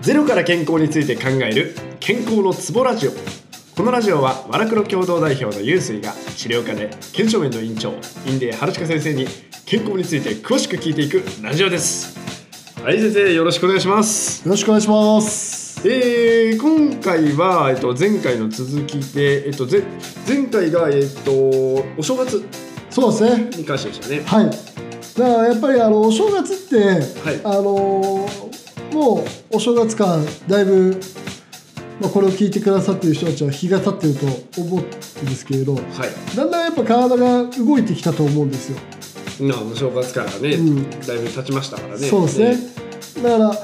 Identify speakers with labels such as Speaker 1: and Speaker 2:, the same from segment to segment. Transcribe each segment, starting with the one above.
Speaker 1: ゼロから健康について考える健康のツボラジオこのラジオはワラクロ共同代表のゆうすいが治療科で腱鞘炎の院長インデ春近先生に健康について詳しく聞いていくラジオですはい先生よろしくお願いします
Speaker 2: よろしくお願いします。
Speaker 1: えー、今回は、えっと、前回の続きで、えっと、ぜ前回が、えっと、お正月
Speaker 2: そうですね。
Speaker 1: に関してでしたね
Speaker 2: はい。だからやっぱりあのお正月って、
Speaker 1: はい
Speaker 2: あのーもうお正月感だいぶ。まあ、これを聞いてくださっている人たちは日が経っていると思うんですけれど
Speaker 1: はい
Speaker 2: だんだんやっぱ体が動いてきたと思うんですよ、
Speaker 1: なお正月からね、
Speaker 2: うん
Speaker 1: だいぶ経ちましたからね
Speaker 2: そうですねだから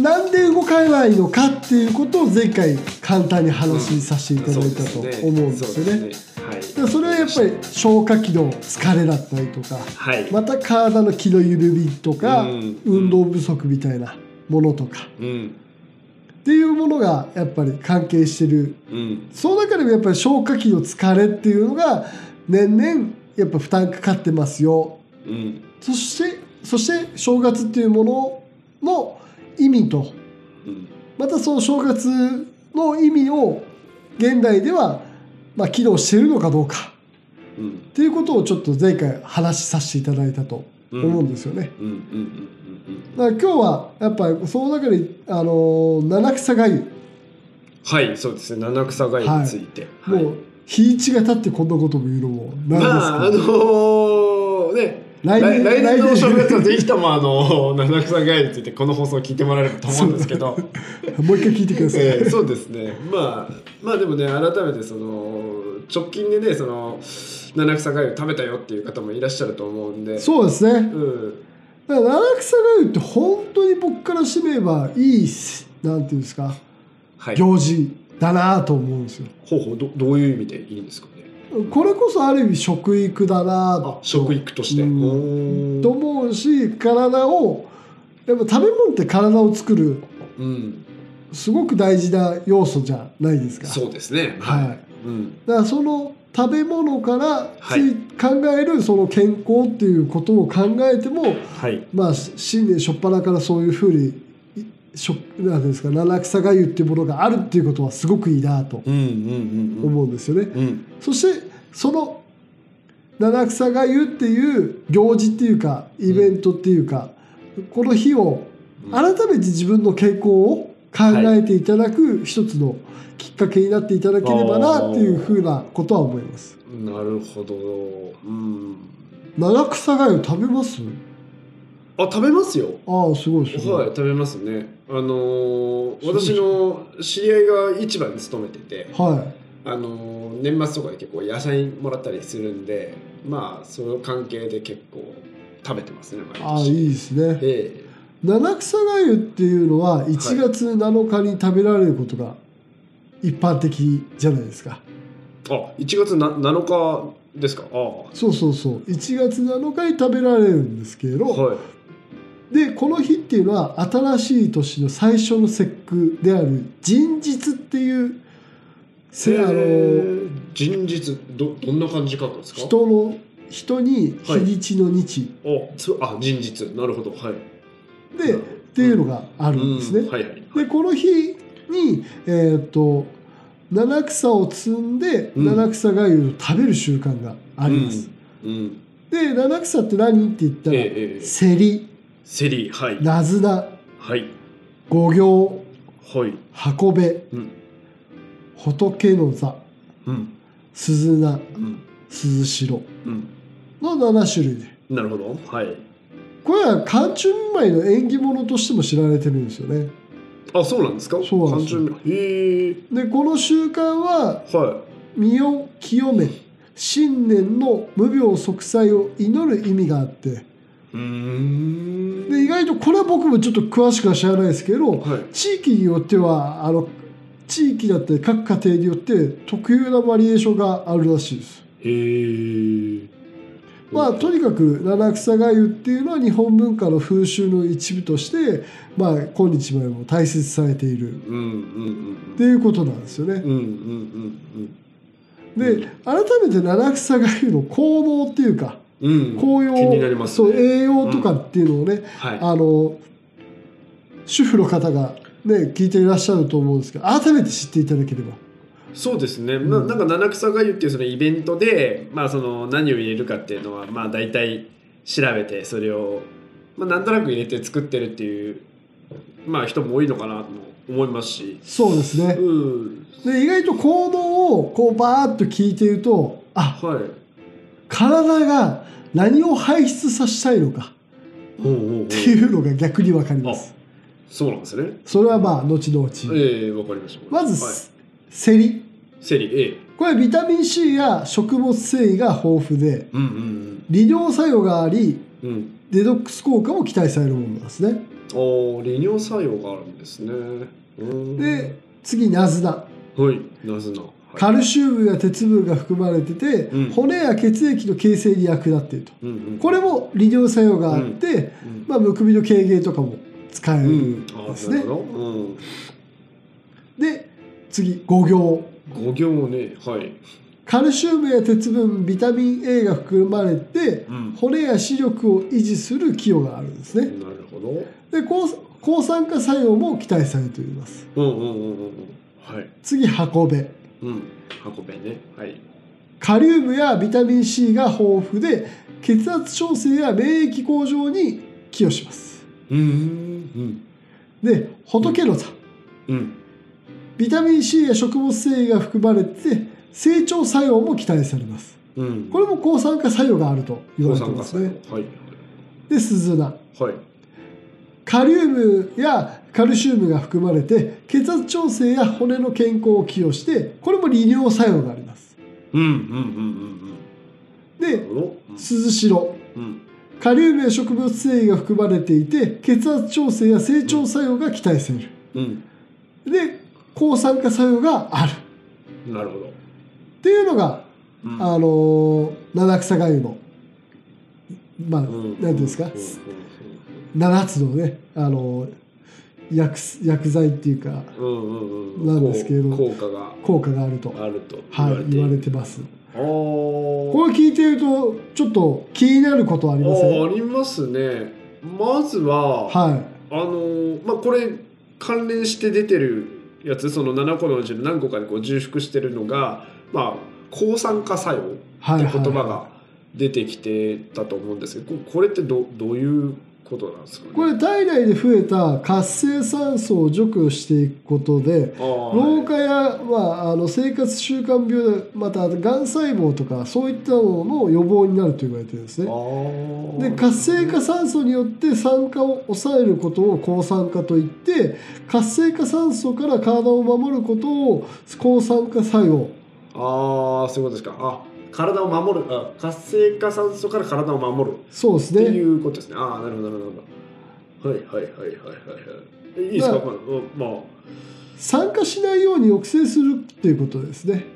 Speaker 2: なんで動かないのかっていうことを前回簡単に話しさせていただいたと思うんですよね,、
Speaker 1: そうですねはい
Speaker 2: でそれはやっぱり消化器の疲れだったりとか
Speaker 1: はい、
Speaker 2: また体の気の緩みとか、
Speaker 1: うん
Speaker 2: 運動不足みたいなものとか
Speaker 1: うん
Speaker 2: っていうものがやっぱり関係してる
Speaker 1: うん
Speaker 2: その中でもやっぱり消化器の疲れっていうのが年々やっぱ負担かかってますよ
Speaker 1: うん
Speaker 2: そしてそして正月っていうものの意味と
Speaker 1: うん
Speaker 2: またその正月の意味を現代ではまあ機能しているのかどうか
Speaker 1: うん
Speaker 2: っていうことをちょっと前回話しさせていただいたと思うんですよね。
Speaker 1: うんうんうんうん
Speaker 2: だから今日はやっぱりその中で、あのー七草がゆ、
Speaker 1: はいそうですね七草がゆについて、はい
Speaker 2: もう日一が経ってこんなことも言うのもなんですけど、
Speaker 1: まああのー、ね
Speaker 2: 来年
Speaker 1: 来年のお
Speaker 2: 来年
Speaker 1: 正月はぜひともあの七草がゆについてこの放送を聞いてもらえればと思うんですけ ど、
Speaker 2: もう一回聞いてください。
Speaker 1: えーそうですねまあまあでもね改めてその直近でねその七草がゆ食べたよっていう方もいらっしゃると思うんで
Speaker 2: そうですね。
Speaker 1: うん
Speaker 2: だから七草がゆって本当に僕からしてみればいいしなんていうんですか
Speaker 1: はい
Speaker 2: 行事だなと思うんですよ。
Speaker 1: ほうほうどどういう意味でいいんですかね
Speaker 2: これこそある意味食育だな
Speaker 1: あ
Speaker 2: と
Speaker 1: 食育として
Speaker 2: うん
Speaker 1: おー
Speaker 2: と思うし体をやっぱ食べ物って体を作る
Speaker 1: うん
Speaker 2: すごく大事な要素じゃないですか。
Speaker 1: そうですね
Speaker 2: はい
Speaker 1: い、うん、
Speaker 2: だからその食べ物からつ
Speaker 1: はい
Speaker 2: い考えるその健康っていうことを考えても、
Speaker 1: はい
Speaker 2: まあし新年初っ端からそういうふうにい食なんていうんですか七草がゆっていうものがあるっていうことはすごくいいなと
Speaker 1: うんうんうん
Speaker 2: 思うんですよね。
Speaker 1: うんうん
Speaker 2: そしてその七草がゆっていう行事っていうかイベントっていうか、この日を改めて自分の健康を考えていただく一つのきっかけになっていただければなっていうふうなことは思います。
Speaker 1: なるほどうん
Speaker 2: 七草がゆ食べます
Speaker 1: あ食べますよ
Speaker 2: ああすごいすご
Speaker 1: はい
Speaker 2: い、
Speaker 1: 食べますねあのー
Speaker 2: そうです
Speaker 1: 私の知り合いが市場に勤めてて
Speaker 2: は
Speaker 1: あのー年末とかで結構野菜もらったりするんでまあその関係で結構食べてますね毎
Speaker 2: い、
Speaker 1: 年
Speaker 2: ああいいですね
Speaker 1: ええ
Speaker 2: 七草がゆっていうのは1月7日に食べられることが一般的じゃないですか、
Speaker 1: あ1月な7日ですかああ
Speaker 2: そうそうそう1月7日に食べられるんですけれど、
Speaker 1: はい
Speaker 2: でこの日っていうのは新しい年の最初の節句である人日っていうせあ
Speaker 1: え
Speaker 2: の
Speaker 1: ー人日どどんな感じ書くんですか
Speaker 2: 人の人に日にちの日、
Speaker 1: おつあ人日なるほどはい
Speaker 2: でっていうのがあるんですね、
Speaker 1: うんはいはい
Speaker 2: でこの日に、えー、と七草を摘んで
Speaker 1: うん
Speaker 2: 七草がゆを食べる習慣があります、
Speaker 1: うん
Speaker 2: で七草って何って言った
Speaker 1: え
Speaker 2: ら、
Speaker 1: えええ
Speaker 2: セリ
Speaker 1: セリはい
Speaker 2: ナズナ
Speaker 1: はい
Speaker 2: 五行
Speaker 1: はい
Speaker 2: 箱べ、
Speaker 1: うん
Speaker 2: 仏の座
Speaker 1: うん
Speaker 2: 鈴菜
Speaker 1: うん
Speaker 2: 鈴代
Speaker 1: うん
Speaker 2: の7種類で
Speaker 1: なるほどはい
Speaker 2: これは寒中見舞いの縁起物としても知られてるんですよね
Speaker 1: あそうなんですか
Speaker 2: そうなんですよ
Speaker 1: 単純にへえ
Speaker 2: でこの習慣は
Speaker 1: は
Speaker 2: 身を清め新年の無病息災を祈る意味があって
Speaker 1: いうーん
Speaker 2: で意外とこれは僕もちょっと詳しくは知らないですけど
Speaker 1: はい
Speaker 2: 地域によってはあの地域だったり各家庭によって特有なバリエーションがあるらしいです。
Speaker 1: へえ
Speaker 2: まあ、とにかく七草がゆっていうのは日本文化の風習の一部として、まあ、今日までも大切されている
Speaker 1: うんうんうん
Speaker 2: っていうことなんですよね
Speaker 1: う。んうんうん
Speaker 2: で改めて七草がゆの効能っていうか
Speaker 1: うんうん
Speaker 2: 紅葉、
Speaker 1: 気になります
Speaker 2: そう
Speaker 1: ね
Speaker 2: 栄養とかっていうのをね、
Speaker 1: はい
Speaker 2: あの主婦の方がね、聞いていらっしゃると思うんですけど改めて知っていただければ
Speaker 1: そうですね、ななんか七草がゆっていうそのイベントで、まあ、その何を入れるかっていうのはまあ大体調べてそれを、まあ、なんとなく入れて作ってるっていう、まあ、人も多いのかなとも思いますし、
Speaker 2: そうですね
Speaker 1: うん
Speaker 2: で意外と行動をこうバーッと聞いているとあ
Speaker 1: はい、
Speaker 2: 体が何を排出させたいのか
Speaker 1: ほうほうほう
Speaker 2: っていうのが逆に分かります
Speaker 1: そうなんですね
Speaker 2: それはまあ後々
Speaker 1: ええわかりました
Speaker 2: まず、
Speaker 1: はい、
Speaker 2: セリ
Speaker 1: セリ A
Speaker 2: これはビタミン C や食物繊維が豊富で
Speaker 1: うん
Speaker 2: 利尿作用があり
Speaker 1: うんうんうん
Speaker 2: デトックス効果も期待されるものなんですね
Speaker 1: お利尿作用があるんですねうん
Speaker 2: で次ナズナ
Speaker 1: はいなぜなはい
Speaker 2: カルシウムや鉄分が含まれてて、
Speaker 1: うん
Speaker 2: 骨や血液の形成に役立っていると
Speaker 1: うんうん
Speaker 2: これも利尿作用があって、
Speaker 1: うん
Speaker 2: まあ、むくみの軽減とかも使え
Speaker 1: う
Speaker 2: る、
Speaker 1: ん、あー
Speaker 2: ですね
Speaker 1: なるほど、うん
Speaker 2: で次五行
Speaker 1: 五行ね、はい。
Speaker 2: カルシウムや鉄分ビタミン A が含まれて
Speaker 1: うん
Speaker 2: 骨や視力を維持する寄与があるんですね
Speaker 1: なるほど。
Speaker 2: で抗抗酸化作用も期待されております
Speaker 1: うんうんうんうんうん。はい。
Speaker 2: 次運べ
Speaker 1: うん。運べね。はい。
Speaker 2: カリウムやビタミン C が豊富で血圧調整や免疫向上に寄与します
Speaker 1: うんうん
Speaker 2: で仏の座
Speaker 1: うんうん。
Speaker 2: ビタミン C や食物繊維が含まれてて成長作用も期待されます
Speaker 1: うん。
Speaker 2: これも抗酸化作用があると言わ
Speaker 1: 高
Speaker 2: れ
Speaker 1: 酸
Speaker 2: てま
Speaker 1: 化
Speaker 2: す
Speaker 1: 作用
Speaker 2: ね。
Speaker 1: はい
Speaker 2: で鈴菜
Speaker 1: はい。はい。
Speaker 2: カリウムやカルシウムが含まれて血圧調整や骨の健康を寄与してこれも利尿作用があります
Speaker 1: うんうんうんうんうん。な
Speaker 2: で
Speaker 1: るほど。
Speaker 2: 鈴代
Speaker 1: うんうん。
Speaker 2: カリウムや植物繊維が含まれていて血圧調整や成長作用が期待される
Speaker 1: うん。
Speaker 2: で抗酸化作用がある
Speaker 1: なるほど。
Speaker 2: っていうのが、
Speaker 1: うん
Speaker 2: あのー七草がゆのまあ、なんていうんですか、
Speaker 1: うんうん
Speaker 2: 7つのね、あのー薬薬剤っていうか
Speaker 1: うんうんうん。
Speaker 2: なんですけど
Speaker 1: 効果が
Speaker 2: 効果があると、
Speaker 1: あると言わ
Speaker 2: は
Speaker 1: れ
Speaker 2: い、
Speaker 1: てい
Speaker 2: 言われ
Speaker 1: る。
Speaker 2: てます
Speaker 1: あー
Speaker 2: これ聞いてるとちょっと気になることありませ
Speaker 1: ああ
Speaker 2: ん
Speaker 1: りますね。まずは。
Speaker 2: は
Speaker 1: あのーまあこれ関連して出てるやつその7個のうちの何個かにこう重複してるのが、まあ、抗酸化作用っ
Speaker 2: いはい
Speaker 1: て
Speaker 2: はい
Speaker 1: 言葉が出てきてたと思うんですけど、ここれってどどういうことなんですかね
Speaker 2: これ体内で増えた活性酸素を除去していくことで
Speaker 1: あー
Speaker 2: 老化や、まあ、あの生活習慣病またがん細胞とかそういったのの予防になると言われてるんです
Speaker 1: あ
Speaker 2: ね
Speaker 1: ー
Speaker 2: で活性化酸素によって酸化を抑えることを抗酸化といって活性化酸素から体を守ることを抗酸化作用
Speaker 1: あーそういうことですかあ体を守るあ活性化酸素から体を守るっ
Speaker 2: そうです
Speaker 1: て
Speaker 2: ね
Speaker 1: いうことですねああなるほどなるほどはいはいはいはいはいはいいいですか、
Speaker 2: まあ
Speaker 1: まあまあ
Speaker 2: 酸化しないように抑制するっていうことですね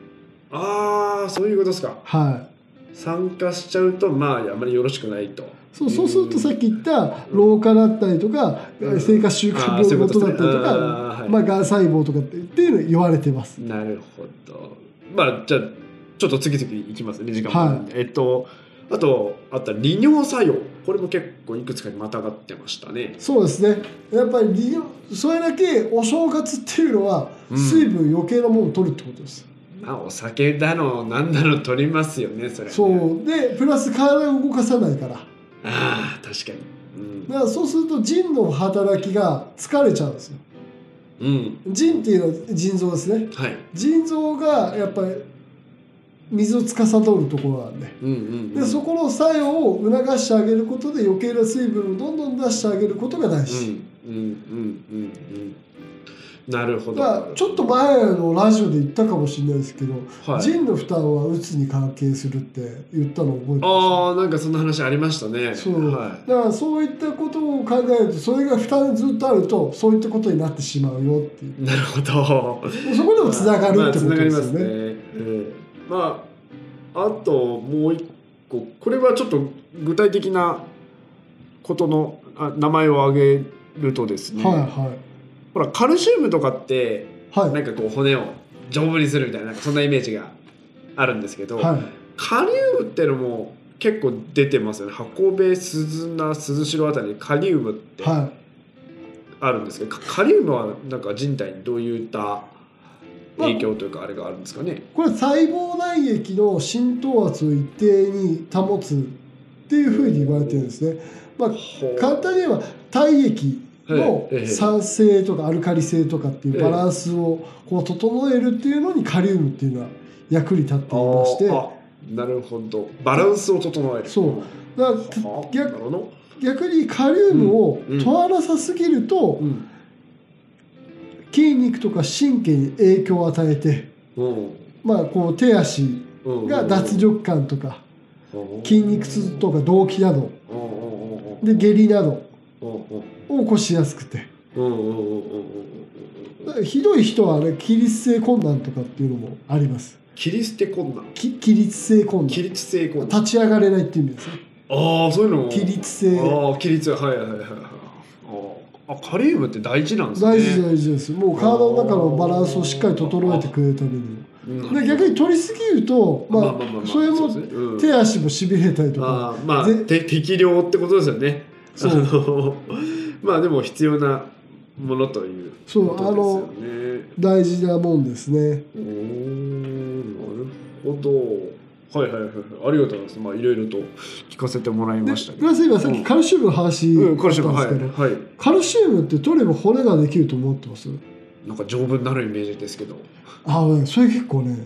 Speaker 1: あーそういうことですか
Speaker 2: はい
Speaker 1: 参加しちゃうとまああまりよろしくないと。
Speaker 2: そうそうするとさっき言った
Speaker 1: うん
Speaker 2: 老化だったりとか、
Speaker 1: うん
Speaker 2: 生活習慣
Speaker 1: あー
Speaker 2: 病
Speaker 1: そうい
Speaker 2: の
Speaker 1: う
Speaker 2: こと
Speaker 1: こと
Speaker 2: だっ
Speaker 1: ですね
Speaker 2: たりとか
Speaker 1: あーはい
Speaker 2: まあ、がん細胞とかってっていうの言われてます
Speaker 1: なるほど。まあじゃあちょっと次々いきますね時間もあるんでえっとあとあった利尿作用これも結構いくつかにまたがってましたね。
Speaker 2: そうですねやっぱり利用それだけお正月っていうのは
Speaker 1: うん
Speaker 2: 水分余計なものを取るってことです、
Speaker 1: まあお酒だのなんだの取りますよねそれ、ね。
Speaker 2: そうでプラス体を動かさないからだか
Speaker 1: ああ確かに。うん。
Speaker 2: らそうすると腎の働きが疲れちゃうんですよ
Speaker 1: うん。
Speaker 2: 腎っていうのは腎臓ですね
Speaker 1: はい。
Speaker 2: 腎臓がやっぱり水を司るところなんで
Speaker 1: うんうん、うん。
Speaker 2: でそこの作用を促してあげることで余計な水分をどんどん出してあげることが大
Speaker 1: うん
Speaker 2: 事、
Speaker 1: うんうんうんうん。なるほど。
Speaker 2: まあ、ちょっと前のラジオで言ったかもしれないですけど、
Speaker 1: はい
Speaker 2: 腎の負担はうつに関係するって言ったのを覚えてま
Speaker 1: ああなんかそんな話ありましたね。
Speaker 2: すそう、
Speaker 1: はい。
Speaker 2: だからそういったことを考えるとそれが負担ずっとあるとそういったことになってしまうよっていう
Speaker 1: なるほど。
Speaker 2: そこでもつながるっ
Speaker 1: まあ、
Speaker 2: てことですよ
Speaker 1: つながりますね。
Speaker 2: ね。
Speaker 1: ええまああともう一個これはちょっと具体的なことのあ名前を挙げるとですね、
Speaker 2: はいは
Speaker 1: ほらカルシウムとかって
Speaker 2: いは
Speaker 1: ないんかこう骨を丈夫にするみたいななんかそんなイメージがあるんですけど、
Speaker 2: はい
Speaker 1: カリウムってのも結構出てますよね。箱べ、鈴名、鈴代あたりにカリウムって
Speaker 2: は
Speaker 1: あるんですけどかカリウムはなんか人体にどういった影響というかあれがあるんですかね、
Speaker 2: これ細胞内液の浸透圧を一定に保つっていうふうに言われてるんですね。まあ、
Speaker 1: ほう
Speaker 2: 簡単に言えば体液の
Speaker 1: ええええ
Speaker 2: 酸性とかアルカリ性とかっていうバランスをこう整えるっていうのにカリウムっていうのは役に立っていまして
Speaker 1: あーあなるほどバランスを整える
Speaker 2: そうだから
Speaker 1: はあな
Speaker 2: 逆
Speaker 1: るほど、
Speaker 2: 逆にカリウムを
Speaker 1: うんうん
Speaker 2: 問わなさすぎると
Speaker 1: うん
Speaker 2: 筋肉とか神経に影響を与えて、
Speaker 1: うん
Speaker 2: まあ、こう手足
Speaker 1: うん、
Speaker 2: が脱力感とか筋肉痛とか動悸など
Speaker 1: うんうんうんうん
Speaker 2: で下痢など
Speaker 1: うんうん
Speaker 2: を起こしやすくて
Speaker 1: うんうんうんうんうんうん
Speaker 2: だからひどい人はね起立性困難とかっていうのもあります。
Speaker 1: 切り捨て困難
Speaker 2: き起立性困
Speaker 1: 起
Speaker 2: 難
Speaker 1: 立性困難
Speaker 2: 立ち上がれないっていう意味ですね
Speaker 1: ああそういうのも
Speaker 2: 起立性
Speaker 1: ああ起立はいはいはいはいあーあカリウムって大事なんですね
Speaker 2: 大事大事ですもう体の中のバランスをしっかり整えてくれるために
Speaker 1: うん
Speaker 2: で逆に取りすぎると、まあ、それ
Speaker 1: う
Speaker 2: も
Speaker 1: ですねうん
Speaker 2: 手足もしびれたりとか
Speaker 1: あーまあ
Speaker 2: ぜ
Speaker 1: て適量ってことですよね
Speaker 2: そう
Speaker 1: あの まあでも必要なものという
Speaker 2: そう
Speaker 1: ことですよね
Speaker 2: 大事なもんですね
Speaker 1: うーんなるほどはいはいはいはいありがとうございますまあいろいろと聞かせてもらい
Speaker 2: で
Speaker 1: ましたけど
Speaker 2: 浦瀬今さっきカルシウムの話
Speaker 1: うん
Speaker 2: だ
Speaker 1: 彼
Speaker 2: った
Speaker 1: 氏も
Speaker 2: んで
Speaker 1: は
Speaker 2: す
Speaker 1: い
Speaker 2: けど、
Speaker 1: はい
Speaker 2: カルシウムって取れば骨ができると思ってます
Speaker 1: なんか丈夫になるイメージですけど
Speaker 2: ああそれ結構ね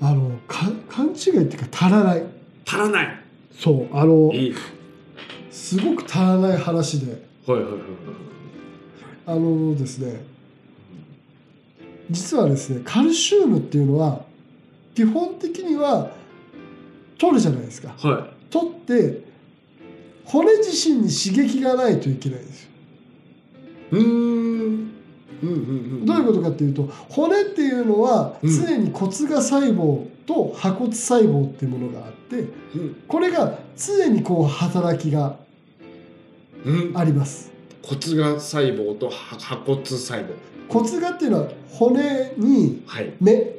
Speaker 2: あのか勘違いっていうか足らない
Speaker 1: 足らない
Speaker 2: そうあの
Speaker 1: いい
Speaker 2: すごく足らない話で
Speaker 1: はいはいはいはい
Speaker 2: あのですね実はですねカルシウムっていうのは基本的には取るじゃないですか
Speaker 1: はい
Speaker 2: 取って骨自身に刺激がないといけないんですよ
Speaker 1: うーんうんうんうん
Speaker 2: どういうことかっていうと骨っていうのは
Speaker 1: うん
Speaker 2: 常に骨芽細胞と破骨細胞っていうものがあって
Speaker 1: うん
Speaker 2: これが常にこう働きが
Speaker 1: うん
Speaker 2: あります
Speaker 1: 骨が細胞とは破骨細胞
Speaker 2: 骨芽っていうのは骨に
Speaker 1: はい
Speaker 2: 目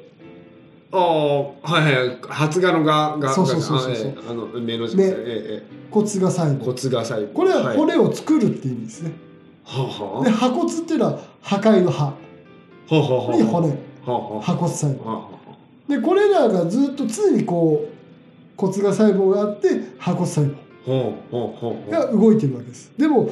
Speaker 1: ああはいはい発芽のがが
Speaker 2: そうそうそうそうそう
Speaker 1: があええあの目の字
Speaker 2: ね
Speaker 1: えええ
Speaker 2: 骨芽細
Speaker 1: え
Speaker 2: 胞
Speaker 1: 骨が細胞
Speaker 2: これはい
Speaker 1: は
Speaker 2: 骨を作るっていう意味ですね
Speaker 1: あは
Speaker 2: で
Speaker 1: あ
Speaker 2: 破骨っていうのは破壊の破
Speaker 1: はあはあ
Speaker 2: に骨
Speaker 1: はあは
Speaker 2: 破骨
Speaker 1: あ
Speaker 2: 細胞
Speaker 1: はあは
Speaker 2: でこれらがずっと常にこう骨が細胞があって破骨細
Speaker 1: あほうほうほ
Speaker 2: 胞
Speaker 1: うほう
Speaker 2: が動いてるわけですでも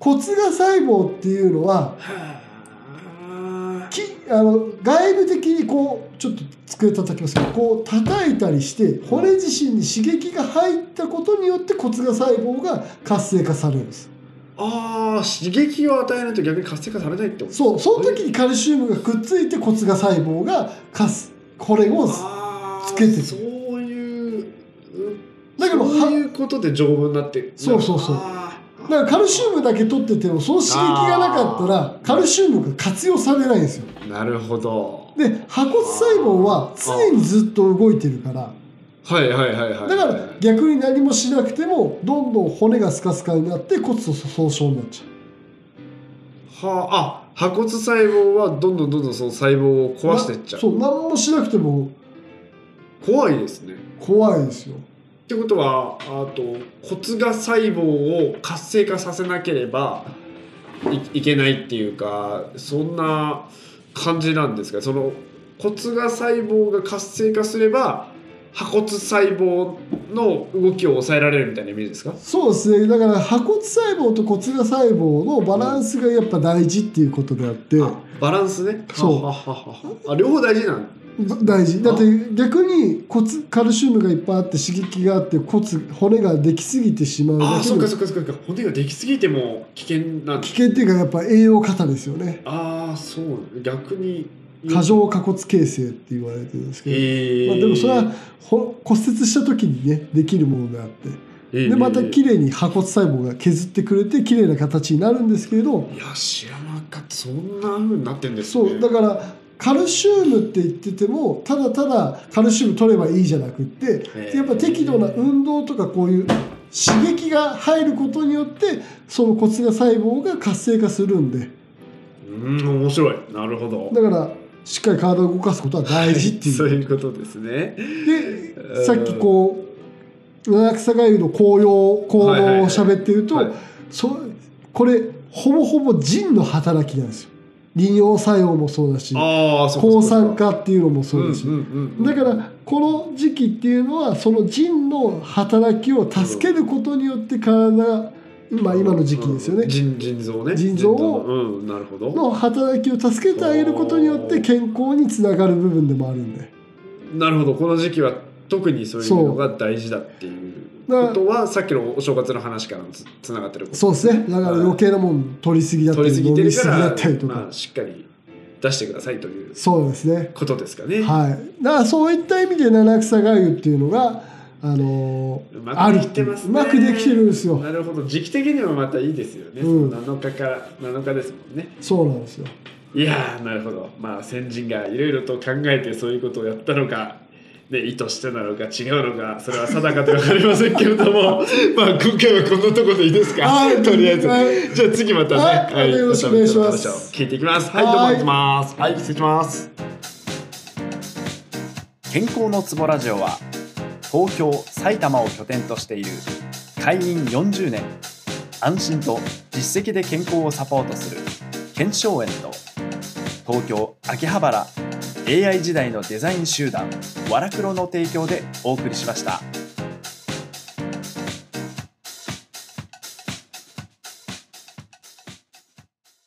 Speaker 2: 骨が細胞っていうのは
Speaker 1: はあ
Speaker 2: きあの外部的にこうちょっと机叩きますけどこう叩いたりして骨自身に刺激が入ったことによって骨が細胞が活性化されるんです
Speaker 1: あー刺激を与えないと逆に活性化されないってこと
Speaker 2: そうその時にカルシウムがくっついて骨が細胞が活骨を
Speaker 1: あー
Speaker 2: つけてる
Speaker 1: そういう
Speaker 2: だけど
Speaker 1: そういうことで丈夫になって
Speaker 2: そうそうそう
Speaker 1: あー
Speaker 2: だからカルシウムだけ取っててもその刺激がなかったら
Speaker 1: あー
Speaker 2: カルシウムが活用されないんですよ
Speaker 1: なるほど
Speaker 2: で破骨細胞は常にずっと動いてるから
Speaker 1: はいはいはいはい
Speaker 2: だから逆に何もしなくてもどんどん骨がスカスカになって骨粗鬆症になっちゃ
Speaker 1: はああ破骨細胞はどんどんどんどんその細胞を
Speaker 2: う
Speaker 1: 壊していっちゃ
Speaker 2: な
Speaker 1: う
Speaker 2: そう何もしなくても
Speaker 1: 怖いですね
Speaker 2: 怖いですよ
Speaker 1: ってことはあと骨が細胞を活性化させなければいいけないっていうかそんな感じなんですかその骨が細胞が活性化すれば破骨細胞の動きを抑えられるみたいなイメージですか
Speaker 2: そうですねだから破骨細胞と骨が細胞のバランスがやっぱ大事っていうことであって
Speaker 1: あバランスね
Speaker 2: そう
Speaker 1: ははははあ両方大事なん
Speaker 2: 大事だって逆に骨カルシウムがいっぱいあって刺激があって骨骨ができすぎてしまう
Speaker 1: ああ
Speaker 2: だけ
Speaker 1: そっ
Speaker 2: の
Speaker 1: かそっかそっか骨ができすぎても危険なん
Speaker 2: 危険っていうかやっぱ栄養過多ですよね
Speaker 1: ああそう逆に
Speaker 2: 過剰過骨形成って言われてるんです
Speaker 1: え
Speaker 2: けど、まあ、でもそれはほ骨折した時にねできるものであってでまた綺
Speaker 1: い
Speaker 2: 麗に破骨細胞が削ってくれて綺麗な形になるんですけれど
Speaker 1: や知らなかったそんなふうになってんです
Speaker 2: そ
Speaker 1: ね
Speaker 2: うだからカルシウムって言っててもただただカルシウム取ればいいじゃなくって
Speaker 1: へー
Speaker 2: やっぱ適度な運動とかこういう刺激が入ることによってその骨が細胞が活性化するんで
Speaker 1: うん面白いなるほど
Speaker 2: だからしっかり体を動かすことは大事って
Speaker 1: そう
Speaker 2: いう。
Speaker 1: いうことですねうん
Speaker 2: でさっきこう七草がゆの紅葉行動を喋ってると、
Speaker 1: はいはい
Speaker 2: そこれほぼほぼ腎の働きなんですよ利尿作用もそうだし
Speaker 1: ああそうか
Speaker 2: 抗
Speaker 1: そう
Speaker 2: 酸
Speaker 1: か
Speaker 2: 化っていうのもそうだし、
Speaker 1: んうんうん、
Speaker 2: だからこの時期っていうのはその腎の働きを助けることによって体が今今の時期ですよね、
Speaker 1: うん腎腎臓ね
Speaker 2: 腎臓を
Speaker 1: のうんなるほど
Speaker 2: の働きを助けてあげることによって健康につながる部分でもあるんで
Speaker 1: なるほどこの時期は特にそういうのが大事だっていうことはさっきのお正月の話からもつつながってること
Speaker 2: そうですねだから余計なもん取りすぎだった
Speaker 1: 取
Speaker 2: り
Speaker 1: りすぎ
Speaker 2: 飲
Speaker 1: て
Speaker 2: み
Speaker 1: るか
Speaker 2: すぎ
Speaker 1: ら
Speaker 2: だったりとか、
Speaker 1: まあ、しっかり出してくださいという
Speaker 2: そうですね
Speaker 1: ことですかね。
Speaker 2: はいだからそういった意味で七草がゆっていうのがあの
Speaker 1: う
Speaker 2: ー、
Speaker 1: ま
Speaker 2: あ
Speaker 1: く
Speaker 2: る
Speaker 1: でき
Speaker 2: って
Speaker 1: て
Speaker 2: い
Speaker 1: ます
Speaker 2: う
Speaker 1: ね。
Speaker 2: うまくできてるんですよ
Speaker 1: なるほど時期的にもまたいいですよね。
Speaker 2: うん
Speaker 1: その7日から7日ですもんね。
Speaker 2: そうなんですよ
Speaker 1: いやーなるほどまあ先人がいろいろと考えてそういうことをやったのか、ね、意図してなのか違うのかそれは定かでは分かりませんけれど もまあ今回はこんなところでいいですか
Speaker 2: はい
Speaker 1: とりあえず、
Speaker 2: はい
Speaker 1: じゃあ次またね、
Speaker 2: はいよろしくお願いします
Speaker 1: また聞いていきますはいどうも
Speaker 2: はい
Speaker 1: 行きますはい失礼します健康のツボラジオは東京埼玉を拠点としている会員40年安心と実績で健康をサポートする検証園と東京秋葉原 AI 時代のデザイン集団ワラクロの提供でお送りしました。